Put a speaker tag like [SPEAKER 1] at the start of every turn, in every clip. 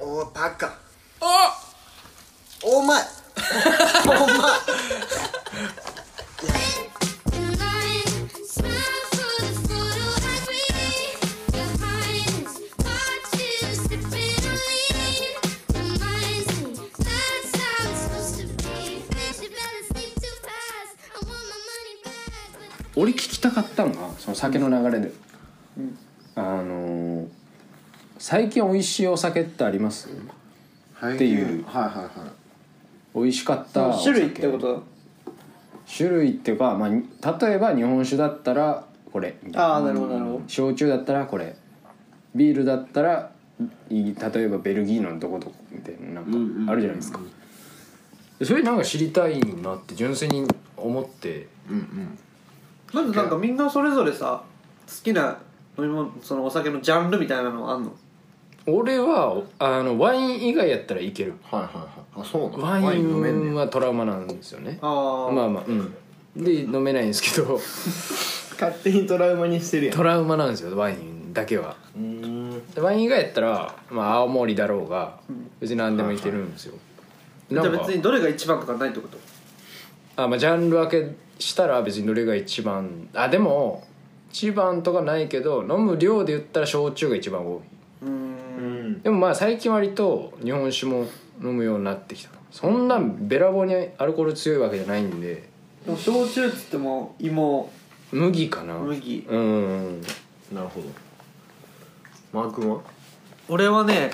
[SPEAKER 1] おーバカ
[SPEAKER 2] あ
[SPEAKER 1] お前お前
[SPEAKER 3] 俺聞きたかったのがその酒の流れで、あのー最近美味しいお酒ってあります
[SPEAKER 4] って
[SPEAKER 3] いう
[SPEAKER 4] はいはいはい
[SPEAKER 3] 美味しかったお酒
[SPEAKER 2] 種類ってこと
[SPEAKER 3] 種類っていうか、まあに、例えば日本酒だったらこれみたいな
[SPEAKER 2] ああなるほどなるほど
[SPEAKER 3] 焼酎だったらこれビールだったらい例えばベルギーのどこどこみたいななんかあるじゃないですか、でそれなんか知りたいなって純粋に思って
[SPEAKER 2] まずなんかみんなそれぞれさ好きな飲み物そのお酒のジャンルみたいなのあんの
[SPEAKER 3] 俺はあのワイン以外やったらいける
[SPEAKER 4] はいはいはいあそうなの
[SPEAKER 3] ワ
[SPEAKER 4] ワ
[SPEAKER 3] イ
[SPEAKER 4] イン飲めんね
[SPEAKER 3] ンはトラウマなんですよね
[SPEAKER 2] ああ、
[SPEAKER 3] まあまあうんで飲めないんですけ ど
[SPEAKER 4] 勝手にトラウマにしてるやん
[SPEAKER 3] トラウマなんですよワインだけは
[SPEAKER 4] うーん
[SPEAKER 3] でワイン以外やったら、まあ、青森だろうが別に何でもいけるんですよ、
[SPEAKER 2] じゃあ
[SPEAKER 3] なんか
[SPEAKER 2] 別にどれが一番とかないってこと
[SPEAKER 3] あ、まあ、ジャンル分けしたら別にどれが一番あでも一番とかないけど飲む量で言ったら焼酎が一番多
[SPEAKER 2] うーん
[SPEAKER 3] いでもまあ最近割と日本酒も飲むようになってきたそんなべらぼうにアルコール強いわけじゃないんで
[SPEAKER 2] でも焼酎っつっても芋
[SPEAKER 3] 麦かな
[SPEAKER 2] 麦
[SPEAKER 3] うん
[SPEAKER 4] なるほどマー君は
[SPEAKER 2] 俺はね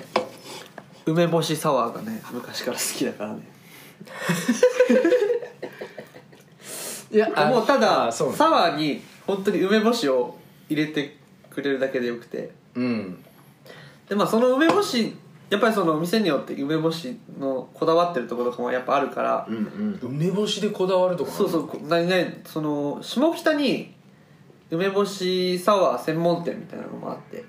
[SPEAKER 2] 梅干しサワーがね昔から好きだからね
[SPEAKER 3] いや
[SPEAKER 2] もうただ
[SPEAKER 3] そう
[SPEAKER 2] サワーに本当に梅干しを入れてくれるだけでよくて
[SPEAKER 3] うん
[SPEAKER 2] でまあその梅干しやっぱりその店によって梅干しのこだわってるところとかもやっぱあるから、
[SPEAKER 4] うんうん
[SPEAKER 3] 梅干しでこだわるとか
[SPEAKER 2] そうそうこ何々その下北に梅干しサワー専門店みたいなのもあって
[SPEAKER 4] へ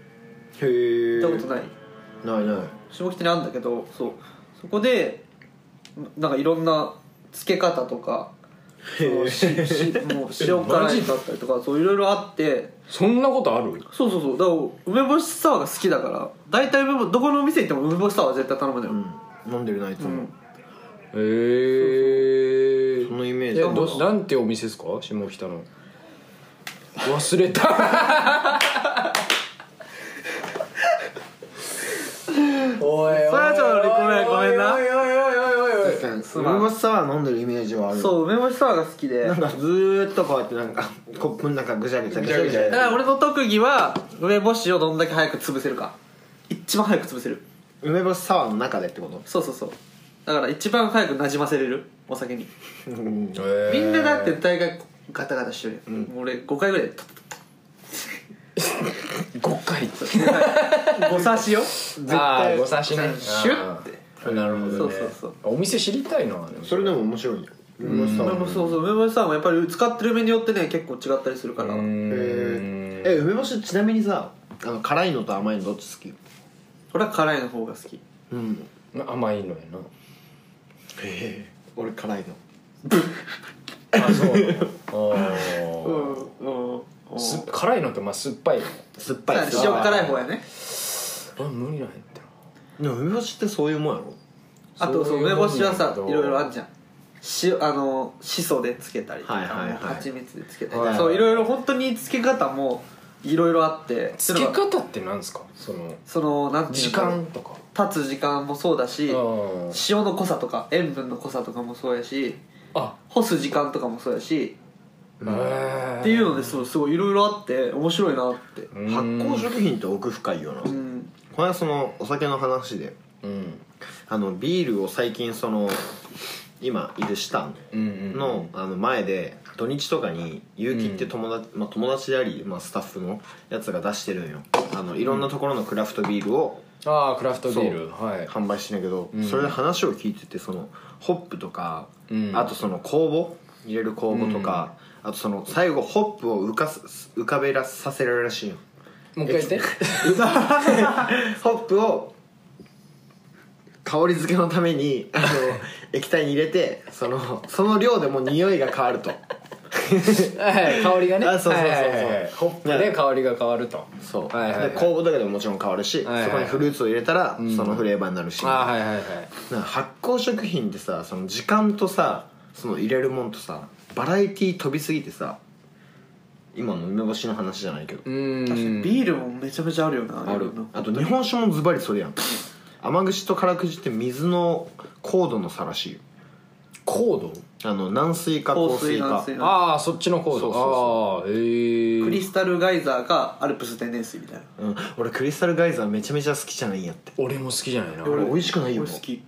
[SPEAKER 4] え
[SPEAKER 2] 行ったことない
[SPEAKER 4] ないない
[SPEAKER 2] 下北にあるんだけどそうそこでななんかいろんなつけ方とかそのしし もう塩
[SPEAKER 3] マ
[SPEAKER 2] 辛
[SPEAKER 3] ジ
[SPEAKER 2] いだったりとかそういろいろあって
[SPEAKER 3] そんなことある
[SPEAKER 2] そうそうそうだから梅干しサワーが好きだから大体梅干どこの店行っても梅干しサワー絶対頼むのよ、
[SPEAKER 4] うん飲んでるないと
[SPEAKER 2] う
[SPEAKER 4] 思うん
[SPEAKER 3] へえ
[SPEAKER 4] そのイメー
[SPEAKER 3] い
[SPEAKER 4] ジ
[SPEAKER 3] や
[SPEAKER 4] ある
[SPEAKER 3] どなんてお店ですか下北の忘れた おいおい
[SPEAKER 2] それはちょっとごめんごめんな
[SPEAKER 3] おいおいおいおいおい
[SPEAKER 4] 確かに
[SPEAKER 2] まん
[SPEAKER 4] 梅干しサワー飲んでるイメージはある
[SPEAKER 2] そう梅干しサワーが好きで
[SPEAKER 4] なんかずーっとこうやってなんかコップの中ぐちゃぐちゃぐちゃぐ
[SPEAKER 3] ぐちゃ
[SPEAKER 4] ちゃ
[SPEAKER 3] ぐちゃ
[SPEAKER 4] や
[SPEAKER 2] だ
[SPEAKER 4] る
[SPEAKER 2] から俺の特技は梅干しをどんだけ早く潰せるか一番早く潰せる
[SPEAKER 4] 梅干しサワーの中でってこと
[SPEAKER 2] そうそうそうだから一番早くなじませれるお酒に
[SPEAKER 4] うん
[SPEAKER 2] みんなだって大概ガタガタしてるやん、もう俺5回ぐらいで
[SPEAKER 3] 5回
[SPEAKER 2] 5刺 しよ
[SPEAKER 3] ああ
[SPEAKER 4] 対
[SPEAKER 3] ご差しね
[SPEAKER 2] シュッて
[SPEAKER 3] あーなるほどね
[SPEAKER 2] そうそうそう
[SPEAKER 3] お店知りたいなでも
[SPEAKER 4] それでも面白いね梅干しサ
[SPEAKER 2] 俺
[SPEAKER 4] ワ
[SPEAKER 2] も
[SPEAKER 4] ー
[SPEAKER 2] そうそう梅干しさんもやっぱり使ってる目によってね結構違ったりするから
[SPEAKER 3] う
[SPEAKER 4] へー
[SPEAKER 3] ーん
[SPEAKER 4] え梅干しちなみにさあの辛いのと甘いのどっち好き
[SPEAKER 2] 俺は辛いの方が好き
[SPEAKER 4] うん
[SPEAKER 3] ま甘いのやな
[SPEAKER 4] へえ俺辛いの
[SPEAKER 3] あそう あー
[SPEAKER 2] うんうん
[SPEAKER 3] す
[SPEAKER 2] 酸っ
[SPEAKER 3] 辛いのってまあ酸っぱいの
[SPEAKER 4] 酸っ
[SPEAKER 2] ぱい
[SPEAKER 4] ぱい
[SPEAKER 2] 塩辛い方やね
[SPEAKER 3] あ無理なんやって
[SPEAKER 4] でも梅干しってそういうもんやろ
[SPEAKER 2] あとそう梅干しはさい
[SPEAKER 3] そう
[SPEAKER 2] ろ
[SPEAKER 3] いうもんやけど
[SPEAKER 2] いろあるじゃん塩あのしそでつけたりとか
[SPEAKER 4] はいはいはい
[SPEAKER 2] 蜂蜜でつけたり
[SPEAKER 3] はいはい
[SPEAKER 2] そういろいろ本当につけ方もいろいろあって
[SPEAKER 3] つけ方ってなんですかその
[SPEAKER 2] そのなんてい
[SPEAKER 3] 時
[SPEAKER 2] うのかな
[SPEAKER 3] 間とか
[SPEAKER 2] 経つ時間もそうだし
[SPEAKER 3] あ
[SPEAKER 2] 塩の濃さとか塩分の濃さとかもそうやし
[SPEAKER 3] あ
[SPEAKER 2] 干す時間とかもそうやし
[SPEAKER 3] へ
[SPEAKER 2] っていう
[SPEAKER 3] う
[SPEAKER 2] のでそうすごいいろいろあって面白いなって
[SPEAKER 3] 発
[SPEAKER 4] 発酵食品って奥深いよなこ
[SPEAKER 2] うん
[SPEAKER 4] れはそのお酒の話で
[SPEAKER 3] うん
[SPEAKER 4] あのビールを最近その今いるシタン
[SPEAKER 3] うん
[SPEAKER 4] のあの前で土日とかに結城って友達,、まあ、友達であり、まあ、スタッフのやつが出してるんよあのいろんなところのクラフトビールを
[SPEAKER 3] ああクラフトビールはい
[SPEAKER 4] 販売してんだけど、
[SPEAKER 3] ん
[SPEAKER 4] それで話を聞いててそのホップとか、
[SPEAKER 3] うん
[SPEAKER 4] あとその酵母入れる酵母とか、あとその最後ホップを浮かす浮かべらさせるらしいよ
[SPEAKER 3] もう一回言って
[SPEAKER 4] ホップを香り付けのためにあの液体に入れてそのその量でもう匂いが変わると
[SPEAKER 3] はい香りがね
[SPEAKER 4] あそうそ
[SPEAKER 3] は
[SPEAKER 4] うそうそう
[SPEAKER 3] いはいはいホップで香りが変わると
[SPEAKER 4] そう、
[SPEAKER 3] はいはいはい
[SPEAKER 4] で酵母だけでももちろん変わるし、
[SPEAKER 3] はいはい
[SPEAKER 4] そこにフルーツを入れたら、そのフレーバーになるし、
[SPEAKER 3] あーはいはいはい
[SPEAKER 4] なんか発酵食品ってさその時間とさその入れるもんとさバラエティー飛びすぎてさ今の梅干しの話じゃないけど、
[SPEAKER 3] うーん
[SPEAKER 2] ビールもめちゃめちゃあるよなある
[SPEAKER 4] あと日本酒もズバリそれやん甘串と辛口って水の高度の差らしいよ
[SPEAKER 3] コー
[SPEAKER 4] あの軟水か硬
[SPEAKER 2] 香水
[SPEAKER 4] 水
[SPEAKER 2] 軟
[SPEAKER 4] か
[SPEAKER 2] 水
[SPEAKER 3] ドああそっちのコー
[SPEAKER 4] そ
[SPEAKER 3] ド
[SPEAKER 4] うそ
[SPEAKER 3] ああーへえ
[SPEAKER 2] クリスタルガイザーかアルプス天然水みたいな
[SPEAKER 4] うん、俺クリスタルガイザーめちゃめちゃ好きじゃないんやって
[SPEAKER 3] 俺も好きじゃないな
[SPEAKER 4] 俺美味しくないよ
[SPEAKER 2] 俺好き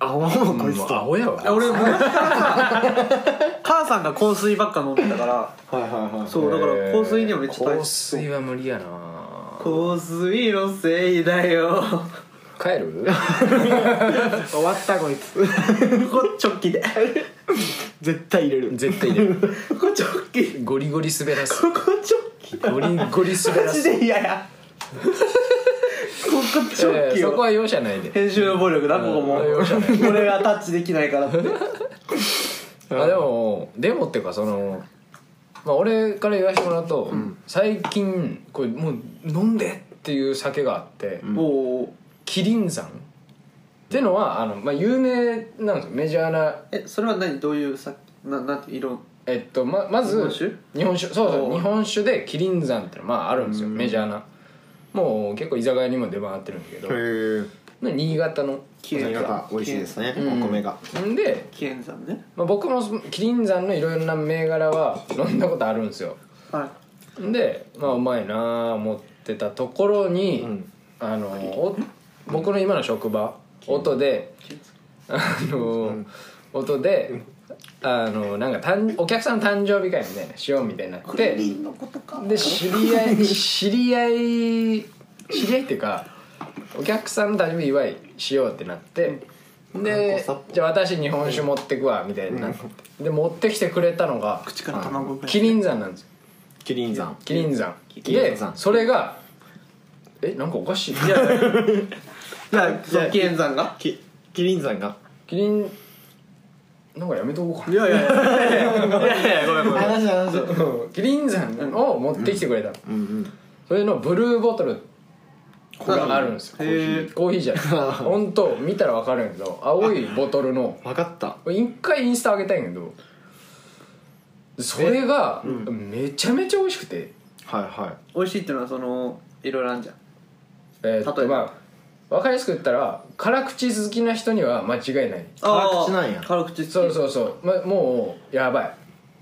[SPEAKER 4] 青のクリスタ
[SPEAKER 3] ア
[SPEAKER 4] ル
[SPEAKER 3] ホや
[SPEAKER 2] いや
[SPEAKER 3] わ
[SPEAKER 2] 俺昔からさ母さんが香水ばっか飲んでたから
[SPEAKER 4] はいはいはい
[SPEAKER 2] そうだから香水にはめっちゃ大
[SPEAKER 3] 香
[SPEAKER 2] 好
[SPEAKER 3] 水は無理やな
[SPEAKER 2] 香水のせいだよ
[SPEAKER 3] 帰る 終わったこいつ
[SPEAKER 2] こっちょっきで
[SPEAKER 4] 絶対入れる
[SPEAKER 3] 絶対入れる
[SPEAKER 2] こっちょっき
[SPEAKER 3] ゴリゴリ滑ら す
[SPEAKER 2] ここちょっき
[SPEAKER 3] ゴリゴリ滑ら
[SPEAKER 2] マジ
[SPEAKER 3] す
[SPEAKER 2] で嫌やここちょっ
[SPEAKER 3] え
[SPEAKER 2] き
[SPEAKER 3] ーそこ
[SPEAKER 2] よ
[SPEAKER 3] は容赦ないで
[SPEAKER 2] 編集の暴力だここも
[SPEAKER 3] うん容赦ない
[SPEAKER 2] 俺がタッチできないからって
[SPEAKER 3] あでもでもっていうかその、まあ、俺から言わせてもらうと、最近これもう飲んでっていう酒があって、
[SPEAKER 2] もう
[SPEAKER 3] キリン山っていうのはあの、まあ、有名なんですよメジャーな
[SPEAKER 2] えそれは何どういうさななんて色
[SPEAKER 3] えっとままず
[SPEAKER 2] 日本酒
[SPEAKER 3] 日本酒そうそ
[SPEAKER 2] お
[SPEAKER 3] う
[SPEAKER 2] う
[SPEAKER 3] 日本酒でキリン山っていうのはまああるんですよメジャーなもう結構居酒屋にも出回ってるんだけど
[SPEAKER 4] へえ
[SPEAKER 3] 新潟の
[SPEAKER 2] 消えた
[SPEAKER 4] 美味しいですね、
[SPEAKER 3] うん
[SPEAKER 4] お米が
[SPEAKER 3] んで、
[SPEAKER 2] 消えんざんね
[SPEAKER 3] まあ、僕もそのキリン山のいろいろな銘柄は飲んだことあるんですよ
[SPEAKER 2] は
[SPEAKER 3] でまあうまいなあ思ってたところに、
[SPEAKER 4] ん
[SPEAKER 3] あのお僕の今の職場音であの、音であのなんか誕お客さんの誕生日会みたいなしようみたいになってで知り合い知り合い知り合いっていうかお客さんの誕生日祝いしようってなって、でじゃあ私日本酒持ってくわみたいになって、で持ってきてくれたのが
[SPEAKER 2] い口から卵が
[SPEAKER 3] キリン山なんですよ
[SPEAKER 4] キリン山
[SPEAKER 3] キリン山
[SPEAKER 4] キリン
[SPEAKER 3] で
[SPEAKER 4] 山
[SPEAKER 3] それがえなんかおかしいいや
[SPEAKER 4] いや
[SPEAKER 2] そのキリン山が
[SPEAKER 4] キキリン山が
[SPEAKER 3] キリンなんかやめとこうか
[SPEAKER 2] いやいやいやいやいやごめんごめん
[SPEAKER 4] 話話
[SPEAKER 3] な キリン山を持ってきてくれたの、
[SPEAKER 4] うんうん
[SPEAKER 3] それのブルーボトルがあるんですよコ
[SPEAKER 2] へ
[SPEAKER 3] ーヒ
[SPEAKER 2] ー
[SPEAKER 3] ーコーヒーじゃ ない本当見たら分かるんやけど青いボトルの
[SPEAKER 4] 分かった
[SPEAKER 3] これ一回インスタ上げたいんやけどそれがめちゃめちゃ美味しくて
[SPEAKER 4] はいは
[SPEAKER 2] 美味しいっていうのはそのいろいろあるじゃん
[SPEAKER 3] えーっ
[SPEAKER 2] 例
[SPEAKER 3] と
[SPEAKER 2] えば
[SPEAKER 3] まあ分かりやすく言ったら辛口好きな人には間違いない
[SPEAKER 4] 辛口なんや
[SPEAKER 2] あー辛口好き
[SPEAKER 3] そうそうそう、ま、もうやばい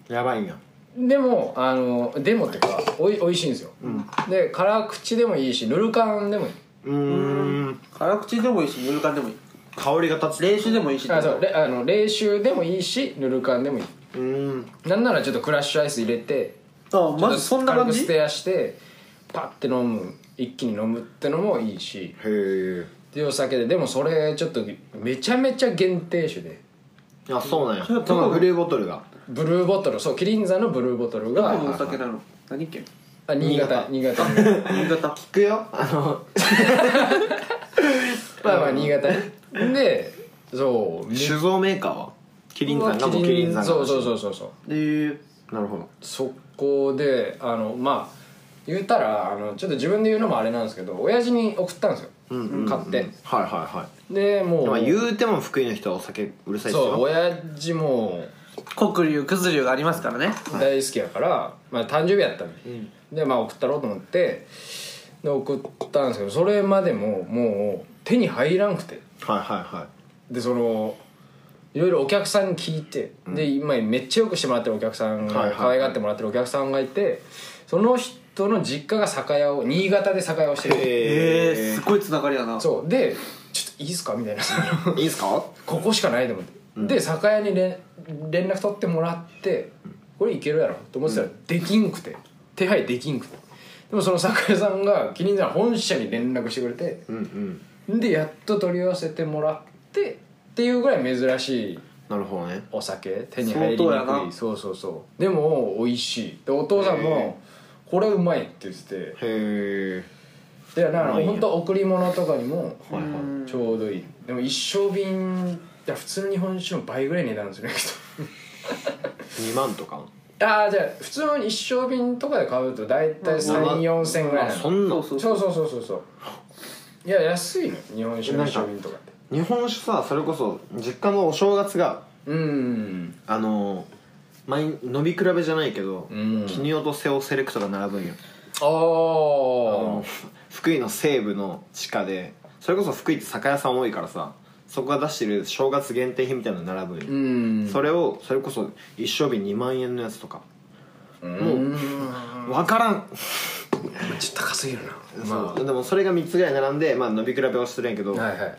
[SPEAKER 4] いやばいんや
[SPEAKER 3] でもあのでもってかおいおいしいんですよ、で辛口でもいいしぬる缶でもいいう
[SPEAKER 4] ーん
[SPEAKER 2] 辛口でもいいしぬるかんでもいい
[SPEAKER 4] 香りが立つ
[SPEAKER 2] 冷酒でもいいしって
[SPEAKER 3] あ
[SPEAKER 2] こ
[SPEAKER 3] そう
[SPEAKER 2] と
[SPEAKER 3] れあの冷酒でもいいしぬる缶でもいい
[SPEAKER 4] うん
[SPEAKER 3] なんならちょっとクラッシュアイス入れて
[SPEAKER 2] あまずそんな感
[SPEAKER 3] 軽くス
[SPEAKER 2] じ
[SPEAKER 3] テアしてパッて飲む一気に飲むってのもいいし
[SPEAKER 4] へえ
[SPEAKER 3] っていうお酒ででもそれちょっとめちゃめちゃ限定酒で
[SPEAKER 4] あそうなんや
[SPEAKER 2] それはどこ
[SPEAKER 4] そのブルーボトルが
[SPEAKER 3] ブルーボトルそうキリンザのブルーボトル
[SPEAKER 2] 何の
[SPEAKER 3] が
[SPEAKER 2] お酒なの何県
[SPEAKER 3] あ新潟新潟ま
[SPEAKER 2] 新潟
[SPEAKER 4] 聞くよあの
[SPEAKER 3] あまあ新潟ねでそう
[SPEAKER 4] 酒造メーカーはキリン山がもうキリン山
[SPEAKER 3] そうそう
[SPEAKER 4] う
[SPEAKER 3] そうそうそう
[SPEAKER 2] えー
[SPEAKER 4] なるほど
[SPEAKER 3] そこであのまあ言ったらあのちょっと自分で言うのもあれなんですけど親父に送ったんですよ、買って
[SPEAKER 4] はいはいは
[SPEAKER 3] でも、
[SPEAKER 4] いうまあ言うても福井の人はお酒うるさいっす
[SPEAKER 3] そう
[SPEAKER 4] よ
[SPEAKER 3] 親父も
[SPEAKER 2] 黒龍崩龍がありますからね
[SPEAKER 3] 大好きやから、まあ、誕生日やったの、でまあ送ったろうと思ってで送ったんですけどそれまでももう手に入らんくて
[SPEAKER 4] はいはいはい
[SPEAKER 3] でそのいろいろお客さんに聞いて、で今めっちゃよくしてもらってるお客さんが、
[SPEAKER 4] はいはい
[SPEAKER 3] 可愛がってもらってるお客さんがいてその人の実家が酒屋を新潟で酒屋をしてる
[SPEAKER 2] えー、すごいつながりやな
[SPEAKER 3] そうで「ちょっといいっすか?」みたいな
[SPEAKER 4] いいっすか
[SPEAKER 3] ここしかないと思って、で酒屋に連連絡取ってもらってこれいけるやろと思ってたらできんくて手配できんくてでもその酒屋さんが気になる本社に連絡してくれて
[SPEAKER 4] うんうん
[SPEAKER 3] でやっと取り寄せてもらってっていうぐらい珍しい
[SPEAKER 4] なるほどね
[SPEAKER 3] お酒手に入りに
[SPEAKER 2] 相当や
[SPEAKER 3] く
[SPEAKER 2] ない
[SPEAKER 3] そうそうそうでも美味しいでお父さん
[SPEAKER 4] へ
[SPEAKER 3] も「これうまい」って言って
[SPEAKER 4] へえ
[SPEAKER 3] てでだから
[SPEAKER 4] うまいんや
[SPEAKER 3] 本当贈り物とかにも
[SPEAKER 4] はいは
[SPEAKER 3] ちょうどいいでも一升瓶いや普通の日本酒の倍ぐらい値段するけど
[SPEAKER 4] い2万とか
[SPEAKER 3] ああじゃあ普通の一升瓶とかで買うと大体34,000円ぐらいなの
[SPEAKER 4] そんな
[SPEAKER 2] そうそう
[SPEAKER 3] そうそうそうそうそういや安いの日本酒の一升瓶とかって
[SPEAKER 4] 日本酒さそれこそ実家のお正月が
[SPEAKER 3] うん
[SPEAKER 4] あの毎飲み比べじゃないけど、
[SPEAKER 3] ん
[SPEAKER 4] キニオとセオセレクトが並ぶんよ
[SPEAKER 3] あ
[SPEAKER 4] あの
[SPEAKER 3] あ
[SPEAKER 4] 福井の西部の地下でそれこそ福井って酒屋さん多いからさそこが出してる正月限定品みたいなの並ぶんよ、
[SPEAKER 3] うん
[SPEAKER 4] それをそれこそ一生日2万円のやつとか
[SPEAKER 3] うん
[SPEAKER 4] 分からん
[SPEAKER 3] ちょっと高すぎるなま
[SPEAKER 4] そうでもそれが3つぐらい並んで、まあ、飲み比べをしてるんやけど、
[SPEAKER 3] あはいはい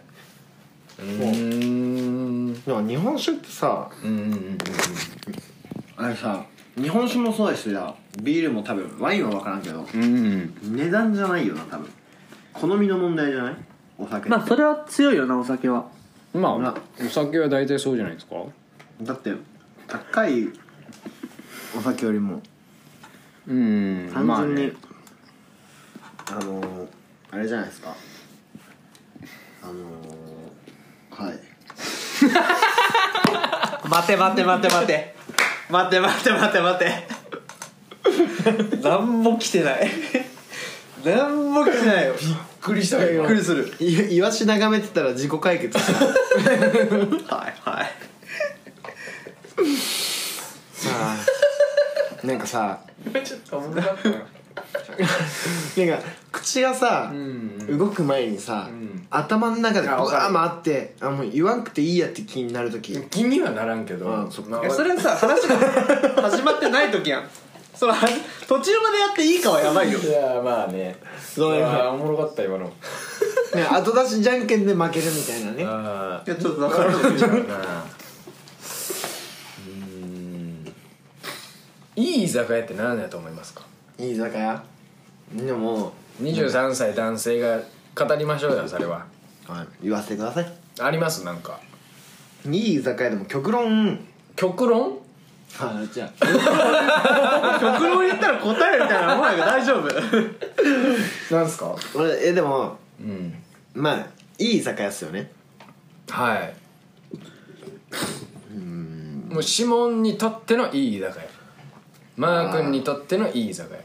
[SPEAKER 3] うん
[SPEAKER 4] でも日本酒ってさ
[SPEAKER 3] うん
[SPEAKER 1] あれさ日本酒もそうだしさビールも多分ワインは分からんけど
[SPEAKER 3] うん
[SPEAKER 1] 値段じゃないよな多分好みの問題じゃないお酒って
[SPEAKER 2] まあそれは強いよなお酒は
[SPEAKER 3] まあお酒は大体そうじゃないですか
[SPEAKER 1] だって高いお酒よりも
[SPEAKER 3] うん
[SPEAKER 1] 単
[SPEAKER 3] まあ
[SPEAKER 1] 純に、
[SPEAKER 3] ね
[SPEAKER 1] あのー、あれじゃないですかあのー、はい
[SPEAKER 4] 待て待て待て待て待て待て待て待て
[SPEAKER 2] 何も来てない何も来てないよ
[SPEAKER 3] びっくりしたよ
[SPEAKER 4] するいイワシ眺めてたら自己解決した
[SPEAKER 2] はいはい
[SPEAKER 4] さあなんかさ
[SPEAKER 3] ちょっと重かったな
[SPEAKER 4] なんか口がさ、
[SPEAKER 3] ん
[SPEAKER 4] 動く前にさ、
[SPEAKER 3] ん
[SPEAKER 4] 頭の中で
[SPEAKER 3] あ
[SPEAKER 4] バ
[SPEAKER 3] わかる
[SPEAKER 4] ー回ってあもう言わんくていいやって気になる時
[SPEAKER 3] 気にはならんけど
[SPEAKER 4] うんそっか
[SPEAKER 3] まあ
[SPEAKER 2] いやそれはさ話が始まってない時やんそのは途中までやっていいかはやばいよ
[SPEAKER 3] いやまあね
[SPEAKER 4] ごめん
[SPEAKER 3] いやおもろかった今の
[SPEAKER 4] ね後出しじゃんけんで負けるみたいなね
[SPEAKER 3] あ
[SPEAKER 2] いやちょっとだから
[SPEAKER 3] あうんいい居酒屋って何だと思いますか
[SPEAKER 4] いい居酒屋でも、
[SPEAKER 3] 23歳男性が語りましょうよそれは
[SPEAKER 4] はい、言わせてください
[SPEAKER 3] ありますなんか
[SPEAKER 4] いい居酒屋でも極論
[SPEAKER 3] 極論
[SPEAKER 4] あじゃ
[SPEAKER 2] 極論言ったら答えるみたいなもんやけど大丈夫
[SPEAKER 3] なんすか
[SPEAKER 4] あ俺えでも
[SPEAKER 3] うん
[SPEAKER 4] まあいい居酒屋っすよね
[SPEAKER 3] はいもう指紋にとってのいい居酒屋マー君にとってのいい居酒屋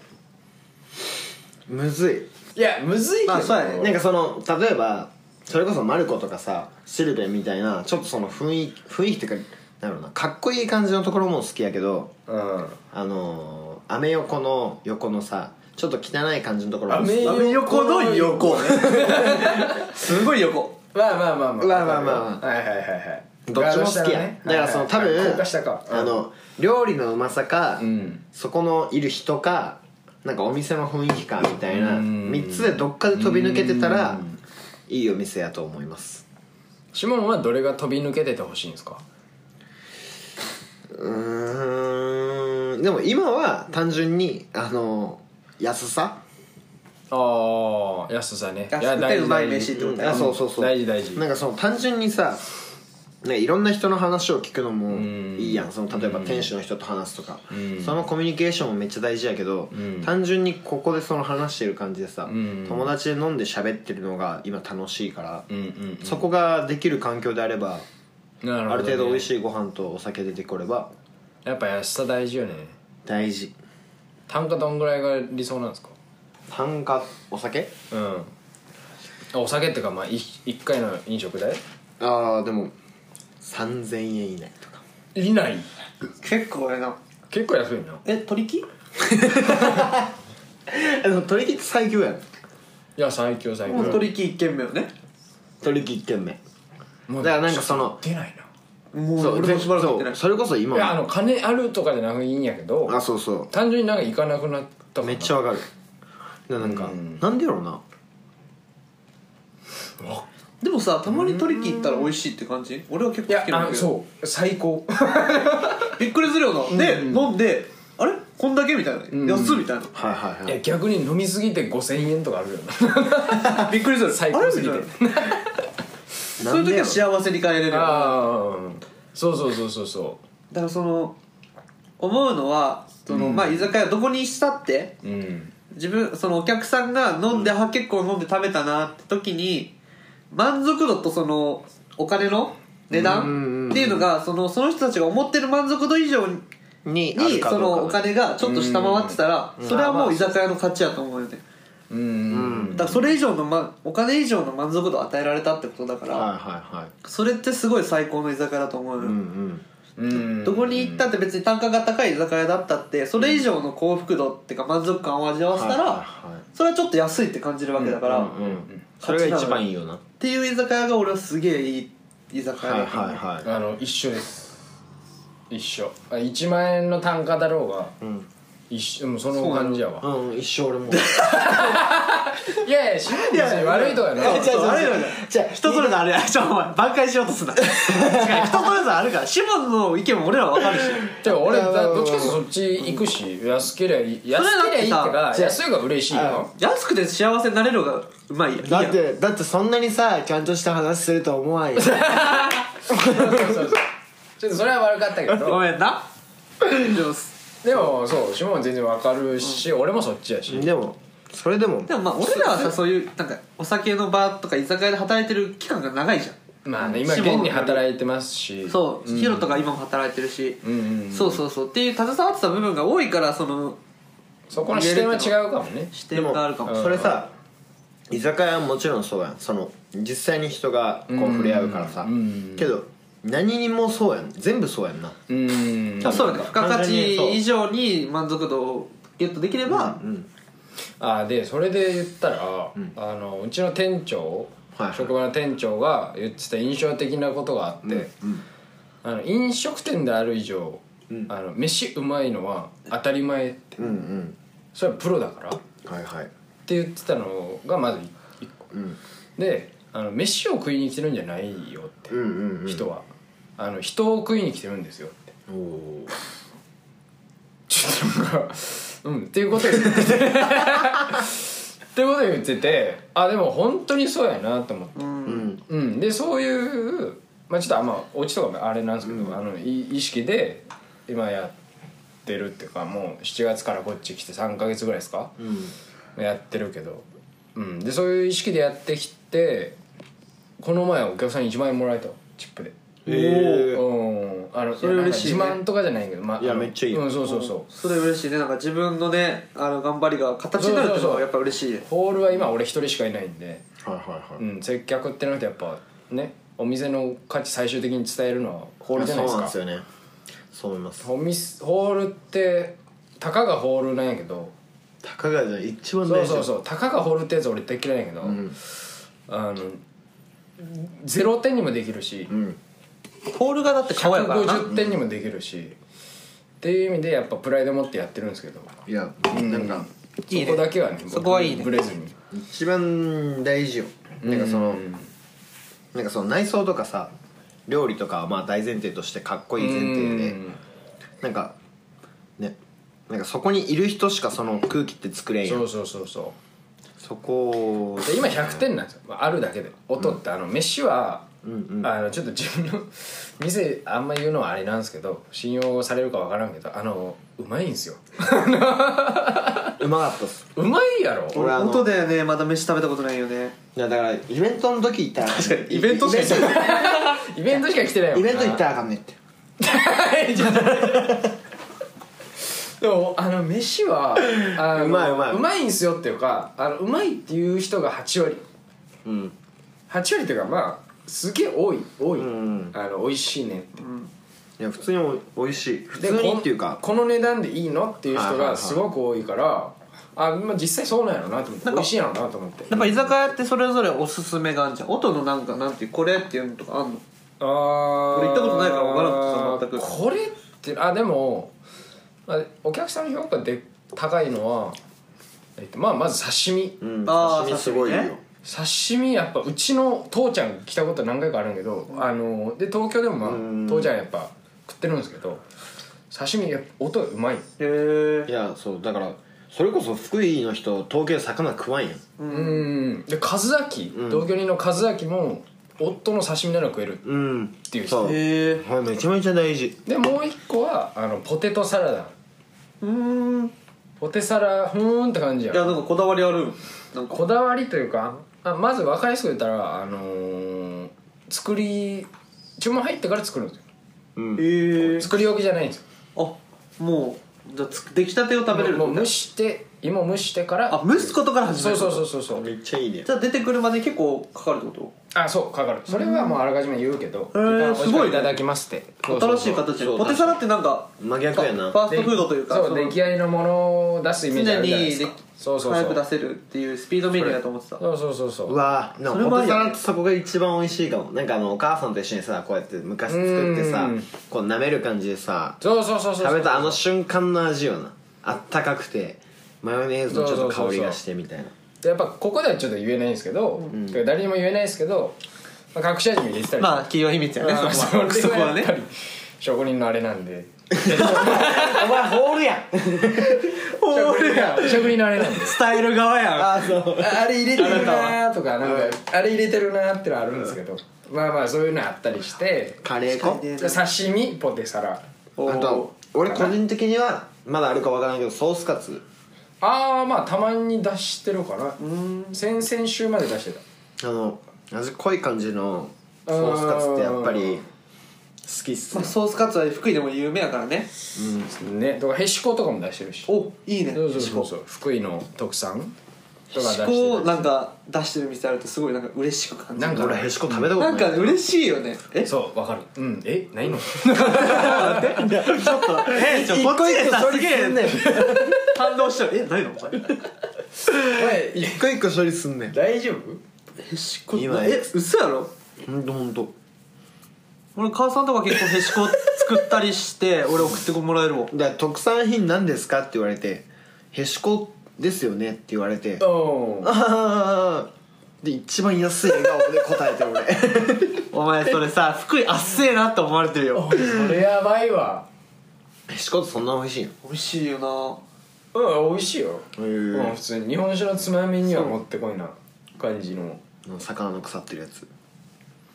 [SPEAKER 4] むずい
[SPEAKER 3] いやむずいけど、
[SPEAKER 4] まあそうやねなんかその例えばそれこそマルコとかさシルベみたいなちょっとその雰囲気雰囲気っていうかなんだろうなかっこいい感じのところも好きやけど
[SPEAKER 3] うん
[SPEAKER 4] あのー、アメ横の横のさちょっと汚い感じのところも好き
[SPEAKER 3] アメ
[SPEAKER 2] アメ横の横ねすごい横
[SPEAKER 3] まあまあまあまあ
[SPEAKER 4] まあまあま
[SPEAKER 3] あはいはいはいはい
[SPEAKER 4] どっちも好きや、だからその多分、
[SPEAKER 3] 高架下か
[SPEAKER 4] あの料理のうまさか、
[SPEAKER 3] うん
[SPEAKER 4] そこのいる人かなんかお店の雰囲気かみたいな
[SPEAKER 3] うん
[SPEAKER 4] 3つでどっかで飛び抜けてたらいいお店やと思います
[SPEAKER 3] シモンはどれが飛び抜けててほしいんですか
[SPEAKER 4] うーんでも今は単純にあの安さ
[SPEAKER 3] ああ安さね
[SPEAKER 2] 安くてうまい
[SPEAKER 3] 大
[SPEAKER 2] 飯っ
[SPEAKER 3] 事
[SPEAKER 2] てこと
[SPEAKER 4] あ
[SPEAKER 2] や
[SPEAKER 4] そうそうそう
[SPEAKER 3] 大事大事
[SPEAKER 4] なんかその単純にさね、いろんな人の話を聞くのも
[SPEAKER 3] ん
[SPEAKER 4] いいやんその例えば店主の人と話すとか
[SPEAKER 3] ん
[SPEAKER 4] そのコミュニケーションもめっちゃ大事やけど
[SPEAKER 3] ん
[SPEAKER 4] 単純にここでその話してる感じでさ
[SPEAKER 3] ん
[SPEAKER 4] 友達で飲んで喋ってるのが今楽しいから
[SPEAKER 3] うんうん
[SPEAKER 4] そこができる環境であれば
[SPEAKER 3] なるほど、ね、
[SPEAKER 4] ある程度美味
[SPEAKER 3] い
[SPEAKER 4] しいご飯とお酒出てこれば
[SPEAKER 3] やっぱ安さ大事よね
[SPEAKER 4] 大事
[SPEAKER 3] 単価どんぐらいが理想なんですか
[SPEAKER 4] 単価お酒
[SPEAKER 3] うんあお酒ってかまあい一回の飲食代
[SPEAKER 4] ああでも3000円以内とか
[SPEAKER 3] いない
[SPEAKER 2] 結構やな
[SPEAKER 3] 結構安いな
[SPEAKER 2] え取り木
[SPEAKER 4] でも取り切って最強やん
[SPEAKER 3] いや最強最強
[SPEAKER 2] もう取り木一軒目よね
[SPEAKER 4] 取り切ってんめ
[SPEAKER 3] も
[SPEAKER 4] だからなんかその
[SPEAKER 3] 出ないな
[SPEAKER 2] も
[SPEAKER 4] そうう
[SPEAKER 2] 俺もしばらく行
[SPEAKER 4] そ
[SPEAKER 2] ってないう
[SPEAKER 4] それこそ今
[SPEAKER 3] いやあの金あるとかじゃなくていいんやけど
[SPEAKER 4] あそうそ
[SPEAKER 3] 単純になんか行かなくなった
[SPEAKER 4] うめっちゃわかるでなんか
[SPEAKER 3] うん
[SPEAKER 4] なんでやろうな
[SPEAKER 2] でもさたまに取り木行ったら美味しいって感じ俺は結
[SPEAKER 3] い
[SPEAKER 2] 構
[SPEAKER 3] や
[SPEAKER 2] 好きなん
[SPEAKER 3] あ
[SPEAKER 2] だけど
[SPEAKER 3] そう最高
[SPEAKER 2] びっくりするよなで飲んであれこんだけみたいな安っみたいな
[SPEAKER 4] はいはい
[SPEAKER 3] い
[SPEAKER 4] は
[SPEAKER 3] や
[SPEAKER 4] い
[SPEAKER 3] 逆に飲みすぎて5000円とかあるよ
[SPEAKER 2] びっくりする
[SPEAKER 3] 最
[SPEAKER 2] あ
[SPEAKER 3] 高
[SPEAKER 2] れ
[SPEAKER 3] すぎ
[SPEAKER 2] み
[SPEAKER 3] て
[SPEAKER 2] たいなそういう時は幸せに変えれるよ
[SPEAKER 3] な
[SPEAKER 2] な
[SPEAKER 3] ああそうそうそうそうそ
[SPEAKER 2] だからその思うのはその、まあ居酒屋どこにしたって
[SPEAKER 3] ううん
[SPEAKER 2] 自分そのお客さんが飲んで、あ結構飲んで食べたなって時に満足度とそのお金の値
[SPEAKER 4] うんうんう
[SPEAKER 2] 段
[SPEAKER 4] ん
[SPEAKER 2] っていうのがそのその人たちが思ってる満足度以上
[SPEAKER 4] にある
[SPEAKER 2] に
[SPEAKER 4] か
[SPEAKER 2] そ
[SPEAKER 4] どうか
[SPEAKER 2] のお金がちょっと下回ってたらそれはもう居酒屋の勝ちやと思うよね
[SPEAKER 3] うん
[SPEAKER 2] だからそれ以上の、ま、お金以上の満足度を与えられたってことだから、
[SPEAKER 4] はいはいはい
[SPEAKER 2] それってすごい最高の居酒屋だと思うよ、
[SPEAKER 4] うん
[SPEAKER 3] うん
[SPEAKER 2] どこに行ったって別に単価が高い居酒屋だったってそれ以上の幸福度っていうか満足感を味わ
[SPEAKER 4] う
[SPEAKER 2] わ
[SPEAKER 4] ん
[SPEAKER 2] せた
[SPEAKER 4] はい
[SPEAKER 2] ら
[SPEAKER 4] はいはい
[SPEAKER 2] それはちょっと安いって感じるわけだから、っ
[SPEAKER 4] うんうんそれが一番いいよな
[SPEAKER 2] ていう居酒屋が俺はすげえいい居酒屋
[SPEAKER 4] はい
[SPEAKER 2] だ
[SPEAKER 4] は
[SPEAKER 2] と思う
[SPEAKER 4] いはい
[SPEAKER 3] あの一緒です一緒あ1万円の単価だろうが
[SPEAKER 4] うん
[SPEAKER 3] 一緒もうその感じやわ
[SPEAKER 4] うん一生俺も
[SPEAKER 3] いやいや白いや悪いとかね
[SPEAKER 2] 違う違う違う違う
[SPEAKER 4] じゃ
[SPEAKER 2] 人それぞれあれちょお前挽回しようとすんな違う人それぞれあるからシモンの意見も俺らは分かるし
[SPEAKER 3] でも俺だどっちかっていうとそっち行くし安けりゃいい安けりゃいいってか安いが嬉しいよ
[SPEAKER 2] 安くて幸せになれるのがうまいや
[SPEAKER 4] だってだってそんなにさちゃんとした話するとは思わんよ
[SPEAKER 3] ちょっとそれは悪かったけ
[SPEAKER 2] いいやご
[SPEAKER 3] ど
[SPEAKER 2] めんなでも
[SPEAKER 3] でもそう下も全然わかるし俺もそっちやし
[SPEAKER 4] でもそれでも
[SPEAKER 2] でもまあ俺らはさそういうなんかお酒の場とか居酒屋で働いてる期間が長いじゃん
[SPEAKER 3] まあね今現に働いてますし
[SPEAKER 2] そう、ヒロとか今も働いてるし、
[SPEAKER 3] うんうんうん
[SPEAKER 2] そうそうそうっていう携わってた部分が多いからその
[SPEAKER 3] そこの視点は違うかもね
[SPEAKER 2] 視
[SPEAKER 4] で
[SPEAKER 2] 点
[SPEAKER 4] も
[SPEAKER 2] があるかも
[SPEAKER 4] それさ居酒屋はもちろんそうやんその実際に人がこう触れ合うからさ
[SPEAKER 3] うん
[SPEAKER 4] けど何にもそうやん全部そうやんな
[SPEAKER 3] うん
[SPEAKER 2] あそうだね付加価
[SPEAKER 4] 単純にそう
[SPEAKER 2] 値以上に満足度をゲットできれば、
[SPEAKER 4] うん
[SPEAKER 3] あでそれで言ったら、うあのうちの店長、
[SPEAKER 4] はいはい
[SPEAKER 3] 職場の店長が言ってた印象的なことがあって、あの飲食店である以上、あの飯うまいのは当たり前って、
[SPEAKER 4] うんうん
[SPEAKER 3] それはプロだからっ
[SPEAKER 4] はいはい
[SPEAKER 3] て言ってたのがまず一個、
[SPEAKER 4] ん
[SPEAKER 3] であの飯を食いに来てるんじゃないよって、
[SPEAKER 4] うんうんうん
[SPEAKER 3] 人はあの人を食いに来てるんですよって
[SPEAKER 4] おお
[SPEAKER 3] ちょっとなんかうん っていうことを言っててっていうことを言っててあでも本当にそうやなと思って、
[SPEAKER 2] うん
[SPEAKER 4] う
[SPEAKER 3] う
[SPEAKER 4] ん
[SPEAKER 3] ん、でそういうまあちょっとあんまオチとかもあれなんですけど、あのい意識で今やってるっていうかもう7月からこっち来て3か月ぐらいですか、
[SPEAKER 4] うん
[SPEAKER 3] やってるけど、うん、でそういう意識でやってきてこの前お客さんに1万円もらえたチップで。
[SPEAKER 4] え
[SPEAKER 3] うん、あの
[SPEAKER 2] それ嬉しいね
[SPEAKER 3] なんか自慢とかじゃないけど、まあ、
[SPEAKER 4] いや
[SPEAKER 3] あの
[SPEAKER 4] めっちゃいい
[SPEAKER 3] うん、そうそうそう
[SPEAKER 2] それ嬉しいねなんか自分のねあの頑張りが形になるっていうのはやっぱ嬉しいね
[SPEAKER 3] ホールは今俺一人しかいないんで、
[SPEAKER 4] はいはいは
[SPEAKER 3] う
[SPEAKER 4] い
[SPEAKER 3] ん、接客ってなるとやっぱねお店の価値最終的に伝えるのはホールじゃない
[SPEAKER 4] そうなん
[SPEAKER 3] で
[SPEAKER 4] ですす
[SPEAKER 3] か
[SPEAKER 4] よねそう思います
[SPEAKER 3] お店ホールってたかがホールなんやけど
[SPEAKER 4] たかがじゃ一番
[SPEAKER 3] そ
[SPEAKER 4] 大
[SPEAKER 3] う
[SPEAKER 4] 事
[SPEAKER 3] そうそうたかがホールってやつ俺大嫌いやけど、
[SPEAKER 4] ん
[SPEAKER 3] あのゼロ点にもできるし、
[SPEAKER 4] うん
[SPEAKER 2] ホールがだって顔やからな
[SPEAKER 3] 150点にもできるし、っていう意味でやっぱプライド持ってやってるんですけど
[SPEAKER 4] いやなんか
[SPEAKER 2] いいね
[SPEAKER 3] そこだけはね
[SPEAKER 2] そこはいいね
[SPEAKER 3] 僕ブレずに
[SPEAKER 4] 一番大事よなんかそのなんかその内装とかさ料理とかはまあ大前提としてかっこいい前提で
[SPEAKER 3] うん
[SPEAKER 4] なんかねなんかそこにいる人しかその空気って作れんや
[SPEAKER 3] そ
[SPEAKER 4] ん
[SPEAKER 3] うそうそうそう
[SPEAKER 4] そこを
[SPEAKER 3] で今100点なんですよまああるだけで音って、あの飯は、
[SPEAKER 4] うんうん
[SPEAKER 3] あのちょっと自分の 店あんま言うのはあれなんですけど信用されるかわからんけどあのうまいんですよ
[SPEAKER 4] うまかったっす
[SPEAKER 3] うまいやろ
[SPEAKER 4] 俺あの
[SPEAKER 2] 本当だよねまだ飯食べたことないよね
[SPEAKER 4] いやだからイベントの時行ったら確か
[SPEAKER 2] イベントしか行ってない
[SPEAKER 3] イベントしか来てないもん
[SPEAKER 4] イ
[SPEAKER 3] な
[SPEAKER 4] ベント行ったらあかんねんって
[SPEAKER 3] でもあの飯はあの
[SPEAKER 4] うまいうまいう
[SPEAKER 3] まいんすよっていうかあのうまいっていう人が8割
[SPEAKER 4] うん
[SPEAKER 3] 8割っていうかまあすげえ多い多い、
[SPEAKER 4] ん
[SPEAKER 3] あの美味しいねって
[SPEAKER 4] いや普通にお美味しい普
[SPEAKER 3] で
[SPEAKER 4] 通にっていうか
[SPEAKER 3] こんこの値段でいいのっていう人
[SPEAKER 4] はいはいは
[SPEAKER 3] が
[SPEAKER 4] い
[SPEAKER 3] すごく多いから、あまあ実際そうなんやろうなと思って
[SPEAKER 2] なん
[SPEAKER 3] 美
[SPEAKER 2] か
[SPEAKER 3] 味しいやろうなと思って
[SPEAKER 2] やっぱ居酒屋ってそれぞれおすすめがあるじゃん音のなんかなんていうこれっていうのとかあんの
[SPEAKER 3] ああ
[SPEAKER 2] 俺行ったことないから分からなくてさ全
[SPEAKER 3] これってあでも、まあ、お客さんの評価で高いのは、えっと、まあまず刺身
[SPEAKER 4] うん
[SPEAKER 2] あー
[SPEAKER 4] 刺身すごいよ
[SPEAKER 2] 刺身ね
[SPEAKER 3] 刺身やっぱうちの父ちゃん来たこと何回かあるんやけど、あので東京でもまあ
[SPEAKER 4] うん
[SPEAKER 3] 父ちゃんやっぱ食ってるんですけど刺身やっぱ音うまい
[SPEAKER 2] へえ
[SPEAKER 4] いやそうだからそれこそ福井の人東京で魚食わんやん
[SPEAKER 3] うんで和明、同居人の和明も夫の刺身なら食える
[SPEAKER 4] うん
[SPEAKER 3] っていう
[SPEAKER 4] そう
[SPEAKER 2] へえ
[SPEAKER 4] はいめちゃめちゃ大事
[SPEAKER 3] でもう一個はあのポテトサラダ
[SPEAKER 2] うーんい
[SPEAKER 3] ポテサラふーんって感じやん
[SPEAKER 2] やなんかこだわりあるなんか
[SPEAKER 3] こだわりというかあまず分かりやすく言ったらあのー作り注文入ってから作るんですよ
[SPEAKER 4] うん
[SPEAKER 2] へえ
[SPEAKER 3] 作り置きじゃないんですよ
[SPEAKER 2] あもうじゃあつ出来たてを食べれる
[SPEAKER 3] もう蒸して芋蒸してから
[SPEAKER 2] あ蒸すことから始め
[SPEAKER 3] そう
[SPEAKER 2] る
[SPEAKER 3] そうそう
[SPEAKER 2] う
[SPEAKER 3] そうそう
[SPEAKER 4] めっちゃいいね
[SPEAKER 2] じゃあ出てくるまで結構かかるってこ
[SPEAKER 3] あそうかかるそれはもうあらかじめ言うけど
[SPEAKER 2] へー
[SPEAKER 3] 一般
[SPEAKER 2] すご
[SPEAKER 3] お時
[SPEAKER 2] いね
[SPEAKER 3] 間いただきますって
[SPEAKER 2] と
[SPEAKER 3] そう
[SPEAKER 2] 新
[SPEAKER 3] そ
[SPEAKER 2] し
[SPEAKER 3] う
[SPEAKER 2] い
[SPEAKER 3] そう
[SPEAKER 2] 形で
[SPEAKER 4] そう
[SPEAKER 2] ポテサラってなんか
[SPEAKER 4] 真逆やな
[SPEAKER 2] ファーストフードというか
[SPEAKER 3] そう
[SPEAKER 2] その
[SPEAKER 3] 出来合いのものを出すイメージあ
[SPEAKER 2] 常
[SPEAKER 3] る
[SPEAKER 2] に
[SPEAKER 3] じゃないです
[SPEAKER 2] で
[SPEAKER 3] かそうそう
[SPEAKER 2] 早
[SPEAKER 3] そ
[SPEAKER 2] く
[SPEAKER 3] う
[SPEAKER 2] 出せるっていうスピードメニューだと思ってた
[SPEAKER 3] そうそうそうそう
[SPEAKER 4] うわーなん
[SPEAKER 2] それも
[SPEAKER 4] かポ
[SPEAKER 2] あ
[SPEAKER 4] テ
[SPEAKER 2] り
[SPEAKER 4] サ
[SPEAKER 2] やね
[SPEAKER 4] ラってそこが一番美味しいかもなんかあのお母さんと一緒にさこうやって昔作ってさ
[SPEAKER 3] うん
[SPEAKER 4] こう舐める感じでさ
[SPEAKER 3] そうそうそうそう
[SPEAKER 4] 食べたあの瞬間の味よなあったかくてマヨネーズのちょっと香りがしてみたいな
[SPEAKER 3] でやっぱここではちょっと言えないんですけど、てか誰にも言えないですけど、まあ、隠し味に入れてたり
[SPEAKER 2] まあ企業秘密やね
[SPEAKER 3] まあ
[SPEAKER 2] そこは
[SPEAKER 3] そ
[SPEAKER 2] そ
[SPEAKER 3] こ
[SPEAKER 2] こ
[SPEAKER 3] は
[SPEAKER 2] は
[SPEAKER 3] ね
[SPEAKER 2] ね
[SPEAKER 3] 職人のあれなん で
[SPEAKER 4] お前ホールやん
[SPEAKER 2] 俺や
[SPEAKER 3] 職人のあれなんで
[SPEAKER 2] スタイル側やん
[SPEAKER 4] あそう
[SPEAKER 3] ああれ入れてるなーとかなんかあれ入れてるなーってのはあるんですけど、まあまあそういうのあったりして
[SPEAKER 4] カレー粉
[SPEAKER 3] 刺身ポテサラ
[SPEAKER 2] お
[SPEAKER 4] あ
[SPEAKER 2] ー
[SPEAKER 4] と俺個人的にはまだあるかわからないけどソースカツ
[SPEAKER 3] ああまあたまに出してるかな先々週まで出してた
[SPEAKER 4] あの味濃い感じのソースカツってやっぱり好きっす
[SPEAKER 2] まあ
[SPEAKER 4] ね
[SPEAKER 2] ソースカツは福井でも有名やからね
[SPEAKER 3] ねとかへしことかも出してるし
[SPEAKER 2] おいいね
[SPEAKER 3] そうそう
[SPEAKER 2] し
[SPEAKER 3] そう
[SPEAKER 2] こ
[SPEAKER 3] そう福井の特産とか出して
[SPEAKER 2] し
[SPEAKER 3] る
[SPEAKER 2] こをなんか出してる店あるとすごいなんか嬉しく感じ
[SPEAKER 3] な
[SPEAKER 2] る
[SPEAKER 3] んか
[SPEAKER 4] 俺へしこ食べたこと
[SPEAKER 2] な
[SPEAKER 4] ない
[SPEAKER 2] んか嬉しいよね え
[SPEAKER 3] そうわかるうんえない の
[SPEAKER 2] えちょこっちでさすげ え感動しちゃうえないのお前
[SPEAKER 4] 一個一個処理すんねん
[SPEAKER 3] 大丈夫
[SPEAKER 2] へしこ
[SPEAKER 4] 今
[SPEAKER 2] え嘘やろ
[SPEAKER 4] ほんとほんと
[SPEAKER 2] 俺母さんとか結構へしこ作ったり して俺送ってもらえるもん
[SPEAKER 4] だから特産品なんですかって言われて「へしこですよね」って言われて
[SPEAKER 3] うん
[SPEAKER 4] 「ああ」で一番安い笑顔で答えて俺
[SPEAKER 2] お前それさ福井あっせえなって思われてるよ
[SPEAKER 3] それやばいわ
[SPEAKER 4] へしこってそんな美味しいの
[SPEAKER 2] 美味しいよな
[SPEAKER 3] うん美味しいよ
[SPEAKER 4] へえ
[SPEAKER 3] うん普通に日本酒のつまみにはもってこいな感じの
[SPEAKER 4] 魚の腐ってるやつ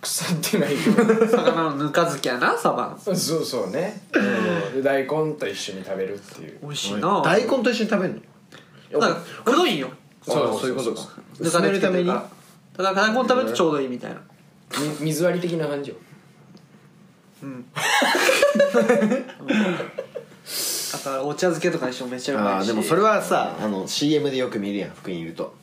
[SPEAKER 3] 腐ってない け
[SPEAKER 2] 魚のぬか漬けやなサバ
[SPEAKER 3] どそうそうねで大根と一緒に食べるっていう
[SPEAKER 2] 美味しいな
[SPEAKER 4] 大根と一緒に食べるの
[SPEAKER 2] なんかうどいんよ
[SPEAKER 4] そうそういうことか
[SPEAKER 2] ぬ
[SPEAKER 4] 薄
[SPEAKER 2] か
[SPEAKER 4] め
[SPEAKER 2] 漬
[SPEAKER 4] る
[SPEAKER 2] け
[SPEAKER 4] た
[SPEAKER 2] と
[SPEAKER 4] め
[SPEAKER 2] いう
[SPEAKER 4] に
[SPEAKER 2] かだから大根食べるとちょうどいいみたいな
[SPEAKER 3] み水割り的な感じよ
[SPEAKER 2] だからお茶漬けとかにしてもめっちゃうま
[SPEAKER 4] あ
[SPEAKER 2] い
[SPEAKER 4] ー
[SPEAKER 2] し
[SPEAKER 4] でもそれはさあの CM でよく見るやん福井にいると